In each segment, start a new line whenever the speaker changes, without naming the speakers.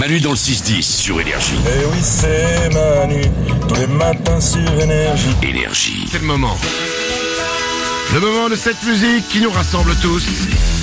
Manu dans le 6-10 sur Énergie.
Et Eh oui, c'est Manu, tous les matins sur Énergie.
Énergie.
C'est le moment. Le moment de cette musique qui nous rassemble tous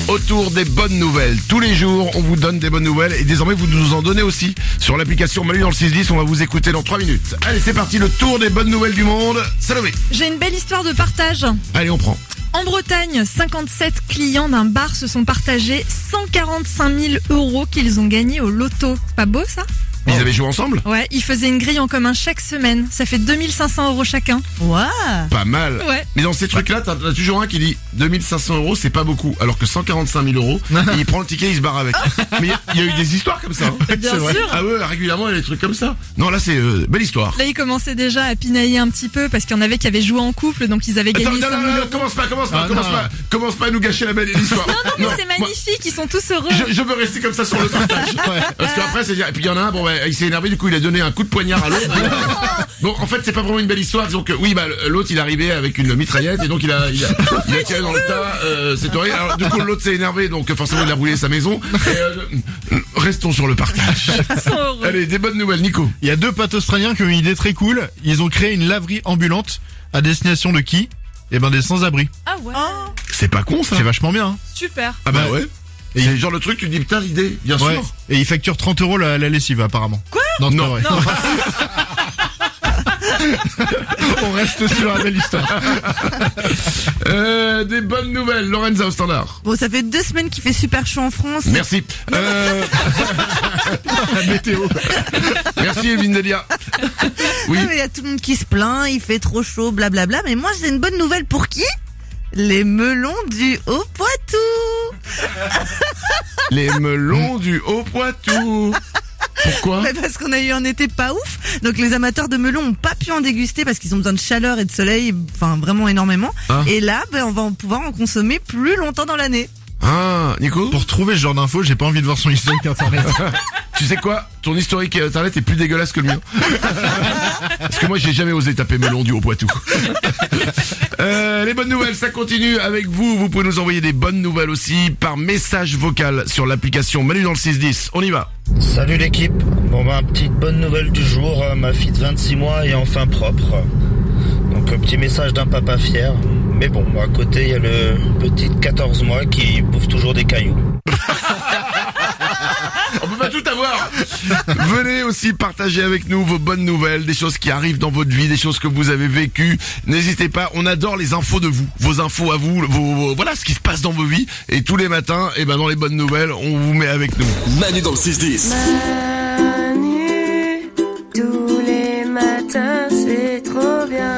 autour des bonnes nouvelles. Tous les jours, on vous donne des bonnes nouvelles et désormais vous nous en donnez aussi sur l'application Manu dans le 610. On va vous écouter dans 3 minutes. Allez, c'est parti, le tour des bonnes nouvelles du monde. Salomé.
J'ai une belle histoire de partage.
Allez, on prend.
En Bretagne, 57 clients d'un bar se sont partagés 145 000 euros qu'ils ont gagnés au loto. C'est Pas beau ça Oh.
Ils avaient joué ensemble
Ouais, ils faisaient une grille en commun chaque semaine. Ça fait 2500 euros chacun.
Waouh
Pas mal.
Ah. Ouais.
Mais dans ces trucs-là, t'as t'as toujours un qui dit 2500 euros, c'est pas beaucoup, alors que 145 000 euros, et il prend le ticket, il se barre avec. Mais il y a eu des histoires comme ça. hein.
Bien
C'est vrai.
sûr.
Ah ouais, régulièrement, il y a des trucs comme ça. Non, là, c'est euh, belle histoire.
Là, ils commençaient déjà à pinailler un petit peu parce qu'il y en avait qui avaient joué en couple, donc ils avaient
Attends,
gagné
non, non,
5 000
non, non,
euros.
commence pas, commence pas,
Ah,
commence
non.
pas, commence pas à nous gâcher la belle histoire.
Non, mais c'est
moi,
magnifique, ils sont tous heureux.
je, je veux rester comme ça sur le partage. Parce qu'après, c'est dire, et puis il y en a un, bon, ouais, il s'est énervé, du coup, il a donné un coup de poignard à l'autre. bon, en fait, c'est pas vraiment une belle histoire. Disons que, oui, bah, l'autre, il est arrivé avec une mitraillette, et donc, il a, il a, il a tiré dans le tas, euh, c'est horrible. Alors, du coup, l'autre s'est énervé, donc, euh, forcément, il a brûlé sa maison. Et, euh, je- restons sur le partage.
Ils sont heureux.
Allez, des bonnes nouvelles, Nico.
Il y a deux potes australiens qui ont une idée très cool. Ils ont créé une laverie ambulante à destination de qui Eh ben des sans-abri.
Ah ouais,
C'est pas con, ça.
C'est vachement bien. hein.
super.
Ah bah ouais. Et c'est le genre le truc, tu te dis, putain, l'idée, bien
Ouais.
sûr.
Et ils facturent 30 euros la, la lessive apparemment. Quoi Non, c'est
Non.
pas vrai. On reste sur la belle histoire.
Euh, des bonnes nouvelles, Lorenza au standard.
Bon, ça fait deux semaines qu'il fait super chaud en France.
Merci. Euh,
La météo.
merci Evelyne Delia. Oui.
Ah, mais il y a tout le monde qui se plaint, il fait trop chaud, blablabla. Mais moi, j'ai une bonne nouvelle pour qui Les melons du Haut-Poitou
Les melons du Haut-Poitou. Pourquoi
Mais Parce qu'on a eu un été pas ouf. Donc, les amateurs de melons ont pas pu en déguster parce qu'ils ont besoin de chaleur et de soleil, enfin, vraiment énormément.
Ah.
Et là, ben, on va en pouvoir en consommer plus longtemps dans l'année.
Ah, Nico
Pour trouver ce genre d'infos, j'ai pas envie de voir son historique internet.
Tu sais quoi Ton historique internet est plus dégueulasse que le mien. Parce que moi, j'ai jamais osé taper melon du Haut-Poitou. Euh, les bonnes nouvelles, ça continue avec vous. Vous pouvez nous envoyer des bonnes nouvelles aussi par message vocal sur l'application Manu dans le 610. On y va.
Salut l'équipe. Bon ben petite bonne nouvelle du jour, euh, ma fille de 26 mois est enfin propre. Donc un petit message d'un papa fier. Mais bon, à côté il y a le petit de 14 mois qui bouffe toujours des cailloux.
On peut pas tout avoir. Venez aussi partager avec nous vos bonnes nouvelles, des choses qui arrivent dans votre vie, des choses que vous avez vécues. N'hésitez pas, on adore les infos de vous, vos infos à vous, vos, vos- voilà ce qui se passe dans vos vies. Et tous les matins, et ben dans les bonnes nouvelles, on vous met avec nous.
Manu dans le 6-10.
Manu, tous les matins, c'est trop bien.